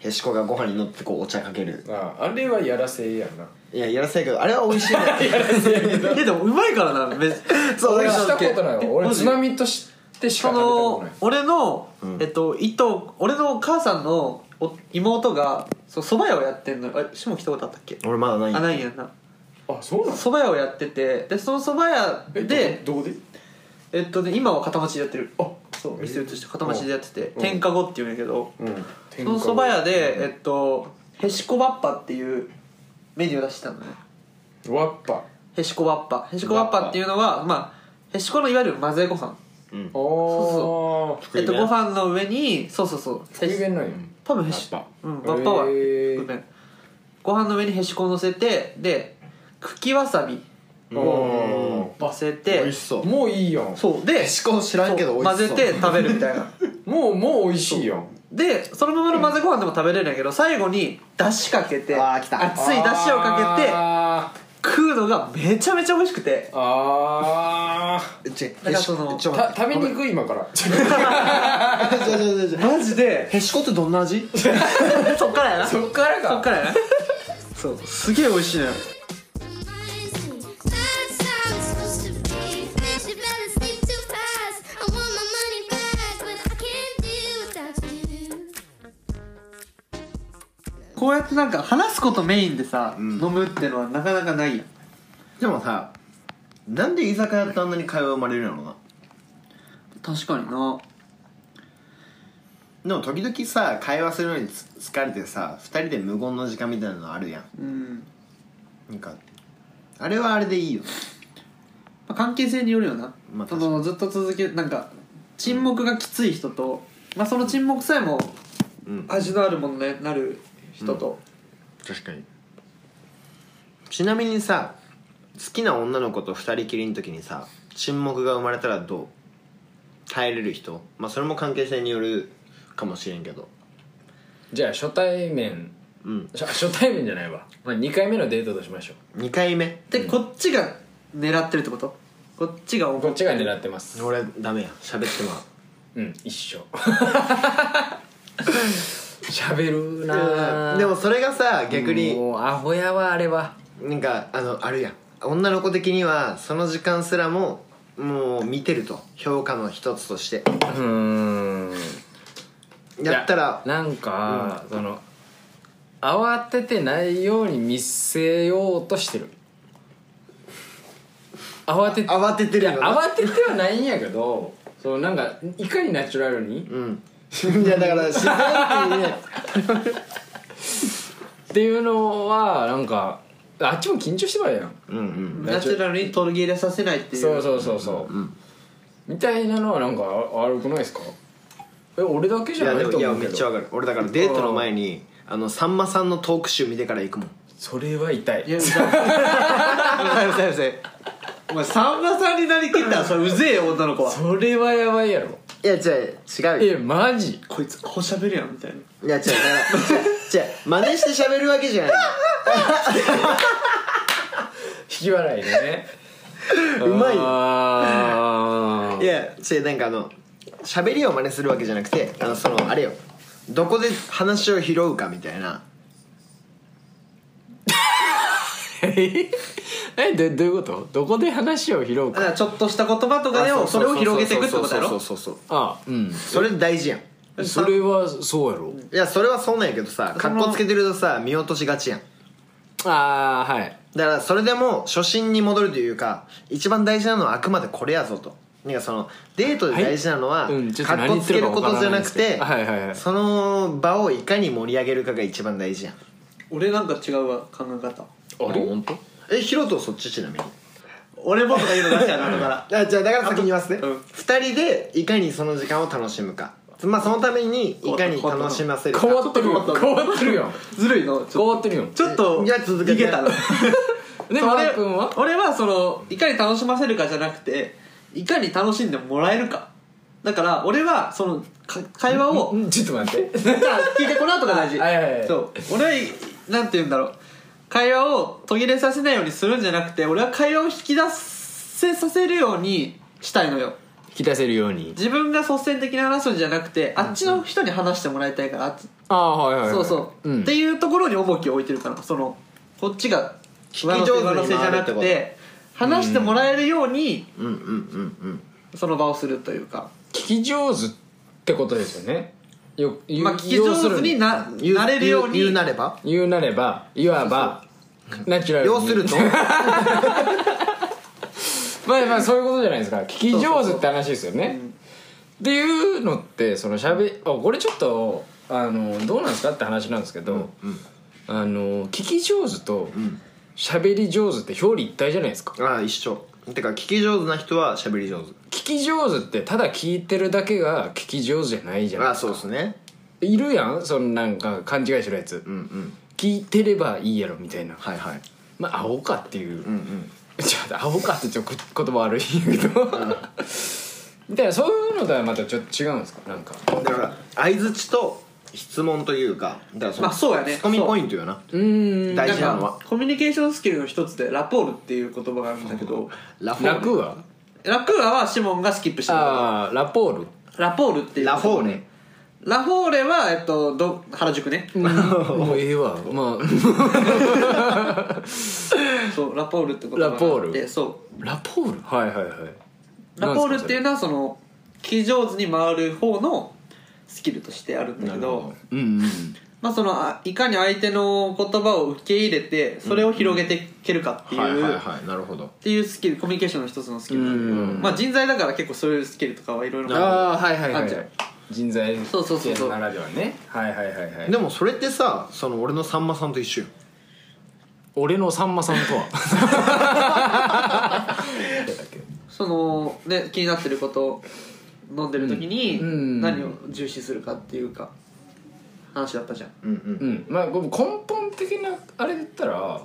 [SPEAKER 4] へしこがご飯に乗ってこうお茶かける
[SPEAKER 3] ああれはやらせやない
[SPEAKER 4] ややらせやけどあれは美味しいね
[SPEAKER 2] いやでもうまいからなめ
[SPEAKER 4] そう
[SPEAKER 3] 俺
[SPEAKER 4] だか
[SPEAKER 3] したことないわ俺つま
[SPEAKER 2] み
[SPEAKER 3] みとしてしか
[SPEAKER 2] そ
[SPEAKER 3] 食べたこと
[SPEAKER 2] の
[SPEAKER 3] ない
[SPEAKER 2] 俺の、えっといと俺の母さんのお妹がそう蕎麦屋をやってんのあ下来たことあったっけ
[SPEAKER 4] 俺まだない
[SPEAKER 2] あないんやな
[SPEAKER 3] あそうなの
[SPEAKER 2] 蕎麦屋をやっててでその蕎麦
[SPEAKER 3] え
[SPEAKER 2] 屋で
[SPEAKER 3] どこで
[SPEAKER 2] えっとね今は片町でやってる
[SPEAKER 3] あ
[SPEAKER 2] そう店移して片町でやってて
[SPEAKER 3] うん
[SPEAKER 2] 天下後っていうんやけど
[SPEAKER 3] うん
[SPEAKER 2] その蕎麦屋でえっとへしこバッパっていうメニューを出してたのね
[SPEAKER 3] ワッパ
[SPEAKER 2] へしこバッパへしこバッパっていうのはまあへしこのいわゆる混ぜご飯
[SPEAKER 4] うん
[SPEAKER 3] お
[SPEAKER 4] 福
[SPEAKER 2] え
[SPEAKER 4] 井
[SPEAKER 2] っ
[SPEAKER 4] 弁
[SPEAKER 2] とご飯の上にそうそうそうへ
[SPEAKER 3] 福井
[SPEAKER 2] し
[SPEAKER 3] 弁なんよ
[SPEAKER 2] 多分へし
[SPEAKER 4] バッパ
[SPEAKER 2] うんバッパは
[SPEAKER 3] へー
[SPEAKER 2] ごめんご飯の上にへしこを乗せてで茎わさび
[SPEAKER 3] お
[SPEAKER 2] 乗せて
[SPEAKER 4] 美味しそう
[SPEAKER 3] もういいよ
[SPEAKER 2] そうで
[SPEAKER 4] へしこ知らんけど
[SPEAKER 2] そう
[SPEAKER 4] 美
[SPEAKER 2] 混
[SPEAKER 4] 味し
[SPEAKER 2] ぜ
[SPEAKER 4] そう
[SPEAKER 2] て食べるみたいな
[SPEAKER 3] もうもう美味しいよ
[SPEAKER 2] でそのままの混ぜご飯でも食べれるんやけど最後にだしかけて
[SPEAKER 4] あー来た
[SPEAKER 2] 熱いだしをかけて
[SPEAKER 3] あ
[SPEAKER 2] 食うのがめちゃめちゃ美味しくて
[SPEAKER 3] ーあ
[SPEAKER 4] ちょ
[SPEAKER 2] だからその
[SPEAKER 4] ちょ
[SPEAKER 3] ー
[SPEAKER 4] 待った
[SPEAKER 3] 食べにくい今 から
[SPEAKER 4] てちょちょちょちょ
[SPEAKER 2] マジで
[SPEAKER 4] へしこってどんな味
[SPEAKER 2] そっからやな
[SPEAKER 3] そっから
[SPEAKER 2] そっ
[SPEAKER 3] か
[SPEAKER 2] からやなそうすげえ美味しいのよ
[SPEAKER 5] That's how it's supposed to be. Bitch, you better sleep too fast. I want my money back, but I can't do without you.
[SPEAKER 2] こうやってなんか話すことメインでさ、飲むってのはなかなかないやん
[SPEAKER 4] でもさなんで居酒屋ってあんなに会話生まれるんやろな
[SPEAKER 2] 確かにな
[SPEAKER 4] でも時々さ会話するのにつ疲れてさ2人で無言の時間みたいなのあるやん
[SPEAKER 2] うん、
[SPEAKER 4] なんかあれはあれでいいよ
[SPEAKER 2] まあ、関係性によるよな、
[SPEAKER 4] まあ
[SPEAKER 2] そのずっと続けなんか沈黙がきつい人と、まあ、その沈黙さえも
[SPEAKER 4] うん
[SPEAKER 2] 味のあるものになる人と、
[SPEAKER 4] 確かにちなみにさ好きな女の子と2人きりの時にさ沈黙が生まれたらどう耐えれる人まあそれも関係性によるかもしれんけど
[SPEAKER 3] じゃあ初対面
[SPEAKER 4] うん
[SPEAKER 3] しゃ初対面じゃないわ、まあ、2回目のデートとしましょ
[SPEAKER 4] 2回目
[SPEAKER 2] でこっちが狙ってるってことこっちが怒
[SPEAKER 3] こっちが
[SPEAKER 2] る
[SPEAKER 3] 狙ってます
[SPEAKER 4] 俺ダメや喋ってまう
[SPEAKER 3] うん一 緒喋るなぁ
[SPEAKER 4] でもそれがさ逆に
[SPEAKER 3] もうアホやわあれは
[SPEAKER 4] なんかあのあるやん女の子的にはその時間すらももう見てると評価の一つとして
[SPEAKER 3] うーん
[SPEAKER 4] やったら
[SPEAKER 3] いやなんか、その慌ててないように見せようとしてる慌てて
[SPEAKER 4] 慌ててるよ
[SPEAKER 3] いや
[SPEAKER 4] な
[SPEAKER 3] 慌ててはないんやけどそのなんかいかにナチュラルに、っ
[SPEAKER 4] うん いやだから自然ってね
[SPEAKER 3] ていうのはなんかあっちも緊張してたやん
[SPEAKER 4] うんうん
[SPEAKER 2] ナチュラルに取り入れさせないっていう
[SPEAKER 3] そうそうそうそう、みたいなのはなんかあ悪くないですかえ俺だけ
[SPEAKER 4] い
[SPEAKER 3] じゃ
[SPEAKER 4] や
[SPEAKER 3] ない
[SPEAKER 4] でも
[SPEAKER 3] と
[SPEAKER 4] いや
[SPEAKER 3] 思う
[SPEAKER 4] め
[SPEAKER 3] け
[SPEAKER 4] っちゃわ
[SPEAKER 3] ど
[SPEAKER 4] かる俺だからデートの前にあのさんまさんのトーク集見てから行くもん
[SPEAKER 3] それは痛い
[SPEAKER 2] いやう ざいうざいうざいうざいお前さんまさんになりきったらそれうぜえよ女の子は
[SPEAKER 3] それはやばいやろ
[SPEAKER 4] いや違う違うよ
[SPEAKER 3] えマジ
[SPEAKER 2] こいつこうしゃべるやんみたいない
[SPEAKER 4] や違う違う違う真似して喋るわけじゃない
[SPEAKER 3] 引き笑いでね
[SPEAKER 4] うまいよ
[SPEAKER 3] あ ー
[SPEAKER 4] いや違うなんかあの喋りを真似するわけじゃなくてあのそのあれよどこで話を拾うかみたいな
[SPEAKER 3] えどどういうことどこで話を拾う
[SPEAKER 2] だ
[SPEAKER 3] か
[SPEAKER 2] からちょっとした言葉とかでもそれを広げていくってことやろ
[SPEAKER 4] そうそうそうそう
[SPEAKER 3] あうん
[SPEAKER 4] それ大事やんい
[SPEAKER 3] それはそうやろ
[SPEAKER 4] やそれはそうなんやけどさ
[SPEAKER 2] その
[SPEAKER 4] 格好つけてるとさ見落としがちやん
[SPEAKER 3] ああはい
[SPEAKER 4] だからそれでも初心に戻るというか一番大事なのはあくまでこれやぞとなんかそのデートで大事なのは
[SPEAKER 3] はいうんちょっと
[SPEAKER 4] 格好つけることじゃなく
[SPEAKER 3] 何言って
[SPEAKER 4] て
[SPEAKER 3] るかわからないですけどはいはいはい
[SPEAKER 4] その場をいかに盛り上げるかが一番大事やん
[SPEAKER 2] 俺なんか違うわ考え方
[SPEAKER 3] あれ本当
[SPEAKER 4] えヒロトそっちちなみに
[SPEAKER 2] 俺もとか言うの出しやなだから
[SPEAKER 4] あじゃあだから先に言わせて、
[SPEAKER 2] うん
[SPEAKER 4] 二人でいかにその時間を楽しむかまあそのためにいかに楽しませるか
[SPEAKER 3] 変わってるよ変わってるよ
[SPEAKER 2] ずるいのち
[SPEAKER 3] 変
[SPEAKER 2] ょ
[SPEAKER 3] わって るよ
[SPEAKER 2] ちょっと
[SPEAKER 4] いや続けて
[SPEAKER 2] 逃げたな
[SPEAKER 3] で
[SPEAKER 2] そう
[SPEAKER 3] マ
[SPEAKER 2] 俺
[SPEAKER 3] ラ君は
[SPEAKER 2] 俺はそのいかに楽しませるかじゃなくていかに楽しんでもらえるかだから俺はそのか会話を
[SPEAKER 3] んちょっと待 って
[SPEAKER 2] じゃあ 聞いてこの後が大事
[SPEAKER 3] はいはいはい
[SPEAKER 2] そう俺はいなんて言うんだろう会話を途切れさせないようにするんじゃなくて俺は会話を引き出せさせるようにしたいのよ
[SPEAKER 3] 引き出せるように
[SPEAKER 2] 自分が率先的に話すんじゃなくてあっちの人に話してもらいたいからあっち
[SPEAKER 3] ああはいはいはい
[SPEAKER 2] そうそう、
[SPEAKER 3] うん
[SPEAKER 2] っていうところに重きを置いてるからそのこっちが
[SPEAKER 4] 聞き上手に回るってこと
[SPEAKER 2] じゃなくて話してもらえるように
[SPEAKER 4] うんうんうん
[SPEAKER 2] その場をするというか、
[SPEAKER 3] 聞き上手ってことですよねよ言う
[SPEAKER 2] まあ、聞き上手にな
[SPEAKER 4] うん言
[SPEAKER 2] なれるように
[SPEAKER 4] 言言うなれば
[SPEAKER 3] 言うなればいわばナチュラルに
[SPEAKER 4] 要すると
[SPEAKER 3] まあまあそういうことじゃないですか聞き上手って話ですよね
[SPEAKER 2] うん
[SPEAKER 3] っていうのってそのしゃべあこれちょっとあのどうなんですかって話なんですけど、あの聞き上手と喋り上手って表裏一体じゃないですか
[SPEAKER 4] ああ一緒てか聞き上手な人は喋り上手
[SPEAKER 3] 聞き上手ってただ聞いてるだけが聞き上手じゃないじゃ
[SPEAKER 4] あ
[SPEAKER 3] な
[SPEAKER 4] あ
[SPEAKER 3] い
[SPEAKER 4] そうですね
[SPEAKER 3] いるやんそのなんか勘違いしてるやつ、
[SPEAKER 4] うんうん
[SPEAKER 3] 聞いてればいいやろみたいな
[SPEAKER 4] はいはい
[SPEAKER 3] まあアホかっていう、
[SPEAKER 4] うんうん
[SPEAKER 3] ちょっとアホかってちょっと言葉悪いんやけ ど、みたいなそういうのとはまたちょっと違うんですかなんか
[SPEAKER 4] だから相づちと質問というかだからその
[SPEAKER 2] まあそうやね
[SPEAKER 4] ツッコミポイントよな
[SPEAKER 3] うーん
[SPEAKER 4] 大事なの
[SPEAKER 2] ん
[SPEAKER 4] は
[SPEAKER 2] かコミュニケーションスキルの一つでラポールっていう言葉があるんだけど
[SPEAKER 4] ラフォー
[SPEAKER 3] 楽は
[SPEAKER 2] ラクーアはシモンがスキップしてた
[SPEAKER 3] ああラポール
[SPEAKER 2] ラポールってい
[SPEAKER 4] レ
[SPEAKER 2] う
[SPEAKER 4] ラフォーレ
[SPEAKER 2] ラフォーレは、えっと、ど原宿ね、
[SPEAKER 3] もうええわま
[SPEAKER 2] そうラポールって言葉があって
[SPEAKER 3] ラポール
[SPEAKER 2] そう
[SPEAKER 3] あラポールはいはいはい
[SPEAKER 2] ラポールっていうのはその聞き上手に回る方のスキルとしてあるんだけど
[SPEAKER 3] うんうん
[SPEAKER 2] まあ、そのあいかに相手の言葉を受け入れてそれを広げていけるかっていう、
[SPEAKER 4] はいはい
[SPEAKER 2] っ
[SPEAKER 4] はいなるほど
[SPEAKER 2] ていうスキルコミュニケーションの一つのスキルなんだけど、
[SPEAKER 3] うん
[SPEAKER 2] まあ、人材だから結構そういうスキルとかはいろいろ
[SPEAKER 3] ああはいはいは
[SPEAKER 2] あん
[SPEAKER 3] い
[SPEAKER 2] じ
[SPEAKER 3] は
[SPEAKER 2] ゃ
[SPEAKER 3] い
[SPEAKER 2] ん
[SPEAKER 3] 人材
[SPEAKER 2] そうそうそうそう
[SPEAKER 3] ならではねはいはいはいはい
[SPEAKER 4] でもそれってさその俺のさんまさんと一緒よ
[SPEAKER 3] 俺のさんまさんとは
[SPEAKER 2] その、ね、気になってること飲んでる時に
[SPEAKER 3] うんうん
[SPEAKER 2] 何を重視するかっていうか話だったじゃん
[SPEAKER 4] うんうん
[SPEAKER 3] うんまあこう根本的なあれで言ったら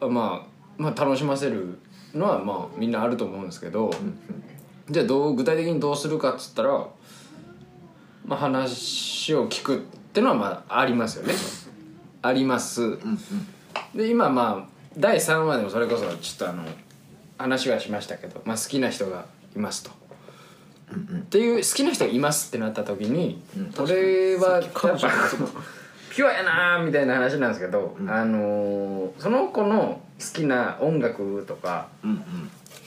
[SPEAKER 3] あまあまあ楽しませるのはまあみんなあると思うんですけど、じゃあどう具体的にどうするかっつったら、まあ、話を聞くってのはまあありますよねあります、で今まあ第3話でもそれこそちょっとあの話はしましたけど、まあ、好きな人がいますと。っていう好きな人がいますってなった時に、これはやっぱピュアやなーみたいな話なんですけど、あのーその子の好きな音楽とか
[SPEAKER 4] うんうん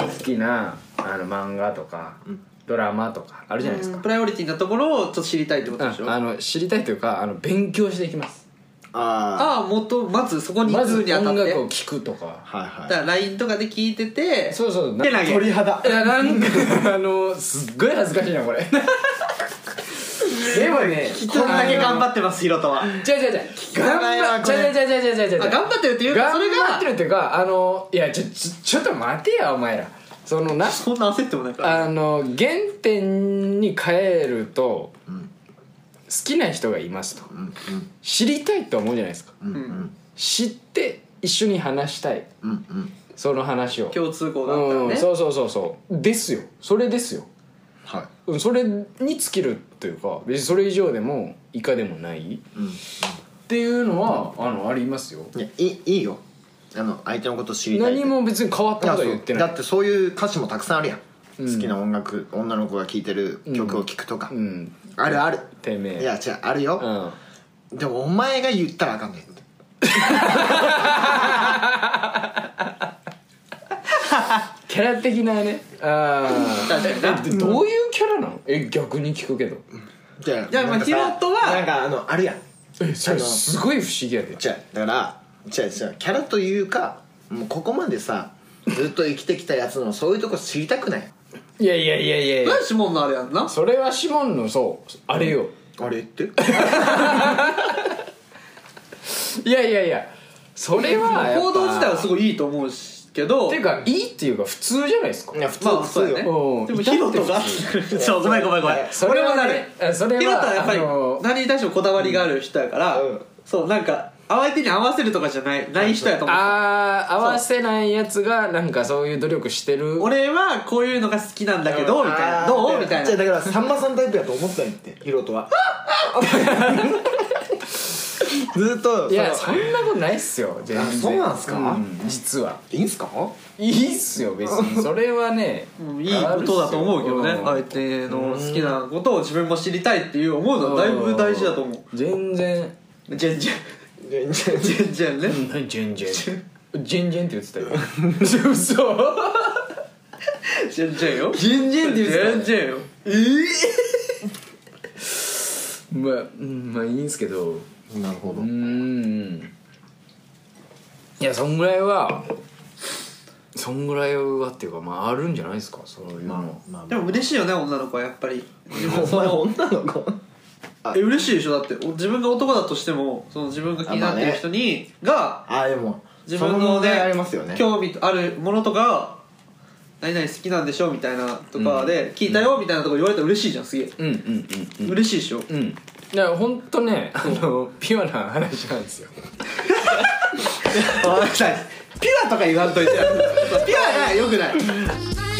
[SPEAKER 3] 好きなあの漫画とか、ドラマとかあるじゃないですか、
[SPEAKER 2] プライオリティなところをちょっと知りたいってことでしょ
[SPEAKER 3] あ
[SPEAKER 2] あ
[SPEAKER 3] の知りたいというかあの勉強していきます
[SPEAKER 4] あ
[SPEAKER 2] あもっとまずそこに
[SPEAKER 3] ま
[SPEAKER 2] 行く
[SPEAKER 3] ず
[SPEAKER 2] にあた
[SPEAKER 3] 音
[SPEAKER 2] って
[SPEAKER 3] 楽を聴くとか
[SPEAKER 4] あはい
[SPEAKER 2] だ
[SPEAKER 4] はい
[SPEAKER 2] から LINE とかで聞いてて
[SPEAKER 3] そうそうな
[SPEAKER 2] 手投げ
[SPEAKER 4] 鳥肌
[SPEAKER 3] いやなんか あのすっごい恥ずかしいなこれでもね
[SPEAKER 2] こんだけ頑張
[SPEAKER 3] っ
[SPEAKER 2] ってますヒロトは
[SPEAKER 3] 違う違う違う頑
[SPEAKER 4] かないわ
[SPEAKER 3] 張っ
[SPEAKER 4] これ
[SPEAKER 3] 違う違う違う違う違う違う
[SPEAKER 2] あ頑張ってるっていうかそれ
[SPEAKER 3] 頑
[SPEAKER 2] が
[SPEAKER 3] 張ってるっていうかあのいやちょちょちょっと待てやお前らそのな
[SPEAKER 2] そんな焦ってもないから
[SPEAKER 3] あの原点に帰ると、好きな人がいますと、
[SPEAKER 4] うん
[SPEAKER 3] 知りたいと思うじゃないですか、
[SPEAKER 4] うんうん
[SPEAKER 3] 知って一緒に話したい
[SPEAKER 4] うんうん
[SPEAKER 3] その話を
[SPEAKER 2] 共通項があったら
[SPEAKER 3] う
[SPEAKER 2] ね
[SPEAKER 3] ん、そうそうそうそうですよそれですよ
[SPEAKER 4] はい
[SPEAKER 3] うんそれに尽きるっていうか別にそれ以上でも以下でもないっ
[SPEAKER 4] うん
[SPEAKER 3] ていうのは、あのありますよ
[SPEAKER 4] いやいいいいよあの相手のこと知りたいって
[SPEAKER 3] 何も別に変わっ
[SPEAKER 4] い
[SPEAKER 3] た
[SPEAKER 4] や
[SPEAKER 3] こと
[SPEAKER 4] そう
[SPEAKER 3] は言ってな
[SPEAKER 4] だ
[SPEAKER 3] い
[SPEAKER 4] ってそういう歌詞もたくさんあるやん、
[SPEAKER 3] うん
[SPEAKER 4] 好きな音楽女の子が聴いてる曲を聴くとか、
[SPEAKER 3] うん
[SPEAKER 4] あるある
[SPEAKER 3] てめえ
[SPEAKER 4] いや違うある
[SPEAKER 3] う
[SPEAKER 4] よ、
[SPEAKER 3] ん
[SPEAKER 4] でもお前が言ったらあかんねんって
[SPEAKER 3] キャラ的なねああ
[SPEAKER 2] 確かにな
[SPEAKER 3] どういうキャラなのえ逆に聞くけど
[SPEAKER 4] で
[SPEAKER 2] じゃあまあ
[SPEAKER 4] なんかさ
[SPEAKER 2] ヒロトは
[SPEAKER 4] なんかあのあるやん
[SPEAKER 3] えそれすごい不思議やで
[SPEAKER 4] 違うだから違う違うキャラというかもうここまでさずっと生きてきたやつのそういうとこ知りたくない
[SPEAKER 3] いやいやいやいやいや
[SPEAKER 2] 何シモンのあれやんな
[SPEAKER 3] それはシモンのそうあれよ、
[SPEAKER 4] あれって
[SPEAKER 3] いやいやいやそれはやっぱ
[SPEAKER 2] 行動自体はすごいいいと思うけど
[SPEAKER 3] っていうかいいっていうか普通じゃないですか
[SPEAKER 4] いや普通、
[SPEAKER 2] まあ
[SPEAKER 4] 普
[SPEAKER 2] そう
[SPEAKER 4] 通
[SPEAKER 2] やね
[SPEAKER 4] よ、
[SPEAKER 3] うん
[SPEAKER 2] でもヒロトがそうごめんごめんごめん
[SPEAKER 3] それはね
[SPEAKER 2] 俺
[SPEAKER 3] あそれは
[SPEAKER 2] ヒロトはやっぱり
[SPEAKER 3] あの
[SPEAKER 2] 何に対してもこだわりがある人やから
[SPEAKER 4] うん
[SPEAKER 2] そうなんか相手に合わせるとかじゃないない人やと思う
[SPEAKER 3] あー合わせないやつがなんかそういう努力してる
[SPEAKER 2] 俺はこういうのが好きなんだけどみたいなどうみたい
[SPEAKER 4] じゃあ
[SPEAKER 2] な
[SPEAKER 4] だからさんまさんタイプやと思ったんやってヒロトはずっと
[SPEAKER 3] いや
[SPEAKER 4] そ
[SPEAKER 3] そ
[SPEAKER 4] の
[SPEAKER 3] んなことないっすよ全然
[SPEAKER 4] あそうなんすか
[SPEAKER 3] うん実はい
[SPEAKER 4] いんすか
[SPEAKER 3] いいっすよ別にそれはね
[SPEAKER 2] うんいいことだと思うけど
[SPEAKER 3] あるっ
[SPEAKER 2] ね
[SPEAKER 3] すよ
[SPEAKER 2] 相手の好きなことを自分も知りたいっていう思うのはだいぶ大事だと思
[SPEAKER 3] うん全然
[SPEAKER 2] う全然
[SPEAKER 4] 全然
[SPEAKER 2] 全然ね
[SPEAKER 3] 何全然 全然って言ってたよ 嘘
[SPEAKER 2] 全然よ全然って言ってた全然よえ
[SPEAKER 3] まあうんまあいいんすけど
[SPEAKER 4] なるほど
[SPEAKER 3] うーんいやそんぐらいはそんぐらいはっていうかまああるんじゃないですかその今の、
[SPEAKER 4] まあ
[SPEAKER 2] でも嬉しいよね女の子はやっぱり
[SPEAKER 4] お前女の子
[SPEAKER 2] え嬉しいでしょだってお自分が男だとしてもその自分が気になってる人に、が
[SPEAKER 4] あでも
[SPEAKER 2] 自分のね
[SPEAKER 4] ありますよね
[SPEAKER 2] 興味あるものとか何々好きなんでしょみたいなとかで、聞いたよみたいなとこ言われたら嬉しいじゃんすげえ、
[SPEAKER 3] うん、うんうん
[SPEAKER 2] 嬉しいでしょ
[SPEAKER 3] うんうんだからほんとねあのピュアな話なんですよ
[SPEAKER 2] ピュアとか言わんといてピュアがよくない
[SPEAKER 5] My